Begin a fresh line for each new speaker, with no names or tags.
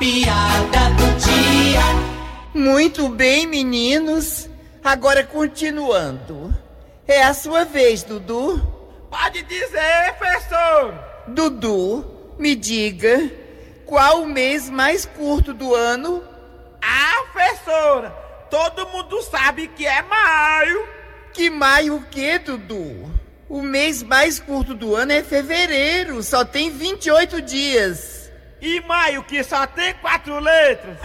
piada do dia.
Muito bem, meninos. Agora continuando. É a sua vez, Dudu.
Pode dizer, professor.
Dudu, me diga qual o mês mais curto do ano?
Ah, professora, todo mundo sabe que é maio.
Que maio o quê, Dudu? O mês mais curto do ano é fevereiro, só tem 28 dias.
E maio que só tem quatro letras.